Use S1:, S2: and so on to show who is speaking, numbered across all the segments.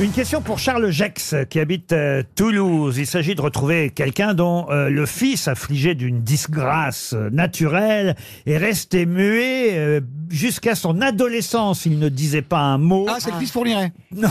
S1: Une question pour Charles Gex, qui habite euh, Toulouse. Il s'agit de retrouver quelqu'un dont euh, le fils, affligé d'une disgrâce euh, naturelle, est resté muet euh, jusqu'à son adolescence. Il ne disait pas un mot.
S2: Ah, c'est le fils Fourniret.
S1: Non.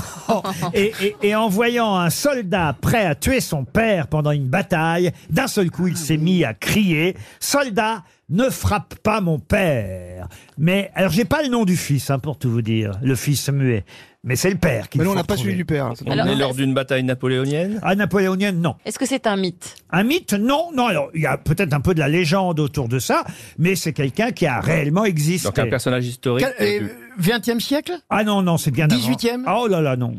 S1: Et, et- et en voyant un soldat prêt à tuer son père pendant une bataille, d'un seul coup, il s'est mis à crier Soldat, ne frappe pas mon père. Mais alors, j'ai pas le nom du fils, hein, pour tout vous dire, le fils muet. Mais c'est le père qui.
S2: Mais non, on n'a pas celui du père. là, ça tombe
S3: On
S2: bien.
S3: est lors d'une bataille napoléonienne.
S1: Ah, napoléonienne, non.
S4: Est-ce que c'est un mythe
S1: Un mythe Non, non. Alors, il y a peut-être un peu de la légende autour de ça, mais c'est quelqu'un qui a réellement existé.
S3: Donc un personnage historique
S2: Quel- et,
S3: du
S2: euh, 20e siècle
S1: Ah non, non, c'est bien avant.
S2: 18e?
S1: Ah, Oh là là, non.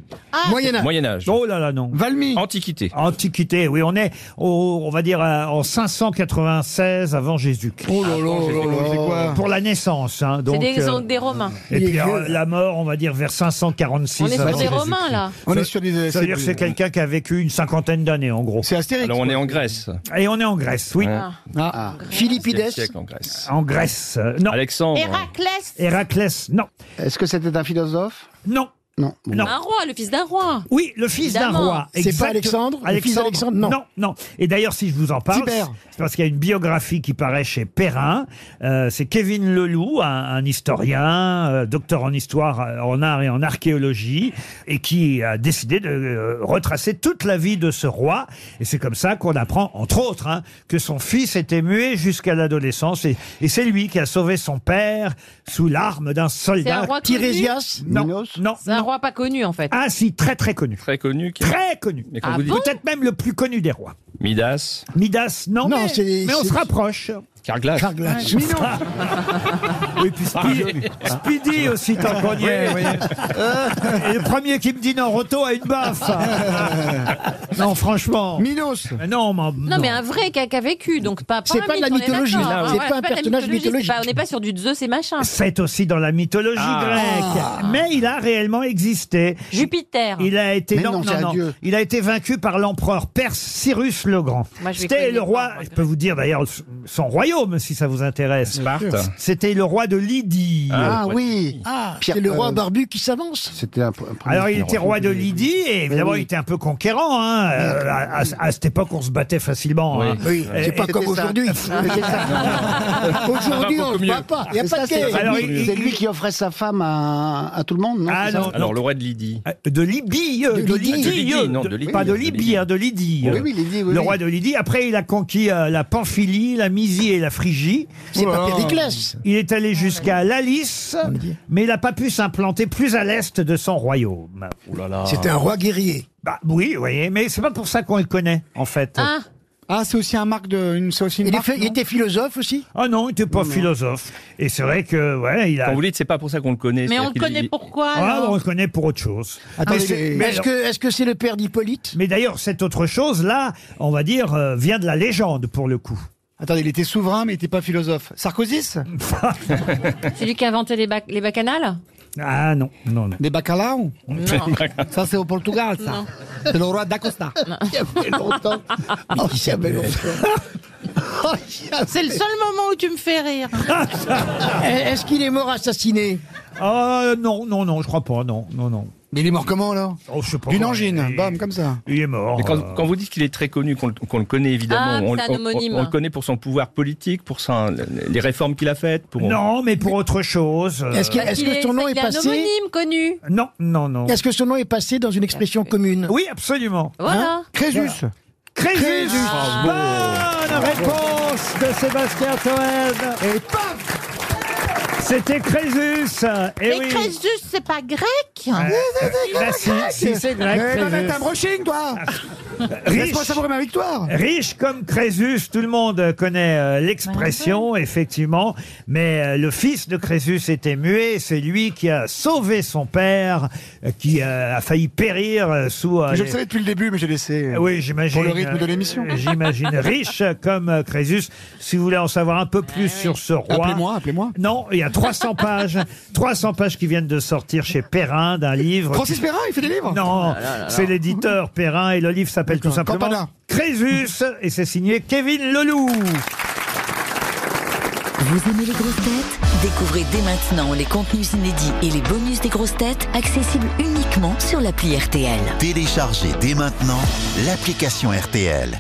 S2: Moyen Âge.
S3: Moyen Âge,
S1: Oh là là, non. Ah,
S2: Valmy.
S3: Ah, Antiquité.
S1: Antiquité, oui, on est, au- on va dire, euh, en 596 avant Jésus-Christ.
S2: Oh là là là là, c'est quoi
S1: Pour la naissance, hein,
S4: C'est
S1: donc.
S4: des,
S1: euh,
S4: des Romains.
S1: et
S2: Il est
S1: puis alors,
S2: vieux.
S1: la mort, on va dire, vers 546
S4: On est
S1: avant
S4: sur des
S1: Jésus-Christ.
S4: Romains, là.
S2: On est sur des.
S1: Ça veut dire que c'est quelqu'un qui a vécu une cinquantaine d'années, en gros.
S2: C'est Astérix.
S3: Alors on est en Grèce.
S1: Et on est en Grèce, oui.
S3: Ouais.
S4: Ah.
S2: Ah.
S3: Quel
S2: Philippides.
S3: siècle en Grèce.
S1: En Grèce, euh, non.
S3: Alexandre.
S5: Héraclès
S1: Héraclès, non.
S6: Est-ce que c'était un philosophe
S1: Non.
S6: Non. bon.
S1: Non.
S4: Un roi, le fils d'un roi.
S1: Oui, le fils d'un
S4: Évidemment.
S1: roi.
S2: C'est pas
S1: Exact-
S2: Alexandre Le fils d'Alexandre, non.
S1: non, Et d'ailleurs, si je vous en parle,
S2: Tibère.
S1: c'est parce qu'il y a une biographie qui paraît chez Perrin. Euh, c'est Kevin Leloup, un, un historien, euh, docteur en histoire, euh, en art et en archéologie, et qui a décidé de euh, retracer toute la vie de ce roi. Et c'est comme ça qu'on apprend, entre autres, hein, que son fils était muet jusqu'à l'adolescence. Et, et c'est lui qui a sauvé son père sous l'arme d'un
S4: C'est un
S1: soldat.
S4: roi connu.
S2: Tirésias.
S1: Non,
S6: Ah, Minos
S1: non,
S4: C'est un
S1: non.
S4: roi pas connu, en fait.
S1: Ah si, très très connu
S3: Très connu. qui-
S1: très connu.
S3: Mais quand
S4: Ah
S3: vous dites
S4: bon
S1: Peut-être même le plus connu des rois.
S3: Midas,
S1: Midas, non,
S2: Non,
S1: mais,
S2: c'est-
S1: mais on
S2: c'est-
S1: se rapproche.
S3: Carglass.
S6: Ah,
S2: Carglass.
S1: Ah. Oui, puis Speedy, Speedy aussi, tant qu'on y est. Et le premier qui me dit non, Roto a une baffe. non, franchement.
S2: Minos.
S1: Mais Non, mais-
S4: Non, mais un vrai qui a, qui a vécu, donc pas,
S2: C'est
S4: un
S2: pas de la
S4: mythe, on est
S2: mythologie,
S4: d'accord.
S2: là,
S4: Ah
S2: c'est
S4: ouais,
S2: pas un
S4: de la
S2: personnage
S4: mythologie, c'est
S2: mythologique.
S4: pas- on n'est pas sur du Zeus et machin.
S1: C'est aussi dans la mythologie
S3: Ah.
S1: grecque. Mais il a réellement existé.
S4: Ah. Jupiter.
S1: Il a été
S6: Mais non, c'est un dieu.
S1: il a été vaincu par l'empereur perse Cyrus le Grand.
S4: Moi, je vais
S1: C'était
S4: connaître
S1: le roi,
S4: pas, moi,
S1: je peux vous dire d'ailleurs son royaume si ça vous intéresse.
S3: Sparte.
S1: C'était le roi de Lydie.
S6: Ah oui
S2: Ah,
S6: Pierre-
S2: c'est le roi
S6: euh,
S2: barbu qui s'avance.
S6: C'était un. pr- un premier
S1: Alors il était
S6: philosophe.
S1: roi de Lydie et évidemment
S6: oui.
S1: il était un peu conquérant. Hein. Euh, à, à- à cette époque on se battait facilement. hein.
S2: Oui,
S1: Et-
S2: c'est pas
S1: et-
S2: comme
S6: c'était ça.
S2: aujourd'hui. Aujourd'hui,
S3: Ça va
S2: on
S3: beaucoup
S2: ne
S3: mieux.
S2: bat pas. Il n'y a
S6: C'est
S2: pas
S6: ça,
S2: de
S6: c'est
S2: guerre.
S1: Alors,
S6: lui-
S1: il-
S6: c'est
S1: il-
S6: lui qui offrait sa femme à, à tout le monde, non
S1: Ah
S6: c'est ça
S1: non,
S3: Alors le roi de Lydie.
S1: de Libye, euh,
S2: De
S1: de
S2: Lydie.
S1: Lydie,
S3: De Lydie,
S1: euh,
S3: non,
S1: de-
S3: de Lydie,
S1: pas de
S3: de
S1: Libye,
S3: Lydie.
S1: hein, de Lydie.
S6: Oui,
S1: euh,
S6: oui, il dit. Oui,
S1: Le
S6: oui.
S1: roi de Lydie. Après, il a conquis euh, la Pamphylie, la Misie et la Phrygie.
S2: C'est pas
S6: Oula.
S2: Périclès.
S1: Il est allé jusqu'à l'Alice, mais il n'a pas pu s'implanter plus à l'est de son royaume.
S2: C'était un roi guerrier.
S1: Bah oui, vous voyez, mais c'est pas pour ça qu'on le connaît, en fait.
S4: Ah,
S7: Ah, c'est aussi un marque de, une, c'est aussi une
S2: Il, est
S7: marque.
S2: fait- il était philosophe aussi.
S1: Ah non, il n'était pas philosophe. Et c'est vrai que, ouais, il a.
S3: Quand vous dites, c'est pas pour ça qu'on le connaît.
S5: Mais on
S3: c'est-à-dire
S5: le
S3: qu'il-
S5: connaît
S3: il-
S5: pourquoi
S1: Ah, on
S5: alors
S1: le connaît pour autre chose.
S2: Attendez,
S1: Mais c'est-
S2: mais
S1: mais
S2: est-ce
S1: alors-
S2: que est-ce que c'est le père d'Hippolyte
S1: Mais d'ailleurs, cette autre chose-là, on va dire, euh, vient de la légende pour le coup.
S7: Attendez, il était souverain, mais il n'était pas philosophe. Sarkozy
S4: c'est lui qui a inventé les, bac- les bacchanales
S1: Ah non, non, non.
S7: Des bacalao
S4: Non.
S7: Ça, c'est au Portugal, ça. C'est le roi d'Acosta.
S6: Il y avait longtemps. Oh, il y avait longtemps.
S2: Oh, il y a-
S5: C'est le seul moment où tu me fais rire.
S2: Est-ce qu'il est mort assassiné
S1: Ah non, non, non, je crois pas, non, non, non.
S7: Mais il est mort comment, alors
S1: Oh, je sais pas
S7: D'une
S1: comment-
S7: angine,
S1: il-
S7: bam, comme ça.
S1: Il est mort.
S3: Mais
S1: euh,
S3: quand, quand vous dites qu'il est très connu, qu'on le- qu'on le connaît évidemment,
S4: Ah,
S3: on,
S4: c'est un
S3: on-
S4: homonyme.
S3: on- on le connaît pour son pouvoir politique, pour son- les réformes qu'il a faites, pour
S1: Non, mais pour autre chose. euh,
S2: Est-ce que, est-ce
S4: Il
S2: que son nom est
S4: il un
S2: passé Hein
S4: homonyme connu.
S1: Non, non, non.
S2: Est-ce que son nom est passé dans une expression commune
S1: Oui, absolument.
S4: Voilà.
S7: Crésus
S1: Crésus. Bonne réponse de Sébastien Toen.
S2: Et paf
S1: C'était Crésus.
S2: Eh
S1: Et
S5: Mais
S1: oui.
S5: Crésus, c'est pas grec
S1: Euh, bah, si, si, c'est grec.
S7: Eh ben, Mais va
S1: Crésus.
S7: mettre un brushing, toi Laisse-moi
S1: Riche,
S7: savourer ma victoire
S1: riche comme Crésus, tout le monde connaît euh, l'expression, effectivement, mais euh, le fils de Crésus était muet, c'est lui qui a sauvé son père, euh, qui euh, a failli périr euh, sous... euh,
S7: Je le
S1: les-
S7: savais depuis le début, mais j'ai laissé.
S1: Oui, j'imagine.
S7: Pour le rythme de l'émission.
S1: euh, J'imagine riche comme euh, Crésus. Si vous voulez en savoir un peu plus sur ce roi.
S7: Appelez-moi, appelez-moi.
S1: Non, il y a 300 pages. 300 pages qui viennent de sortir chez Perrin d'un livre.
S7: Francis Perrin, il fait des livres
S1: Non, c'est l'éditeur Perrin et le livre s'appelle tout
S7: D'accord,
S1: simplement
S7: Campana.
S1: Crésus et c'est signé Kevin Leloup.
S8: Vous aimez les grosses têtes Découvrez dès maintenant les contenus inédits et les bonus des grosses têtes accessibles uniquement sur l'appli RTL.
S9: Téléchargez dès maintenant l'application RTL.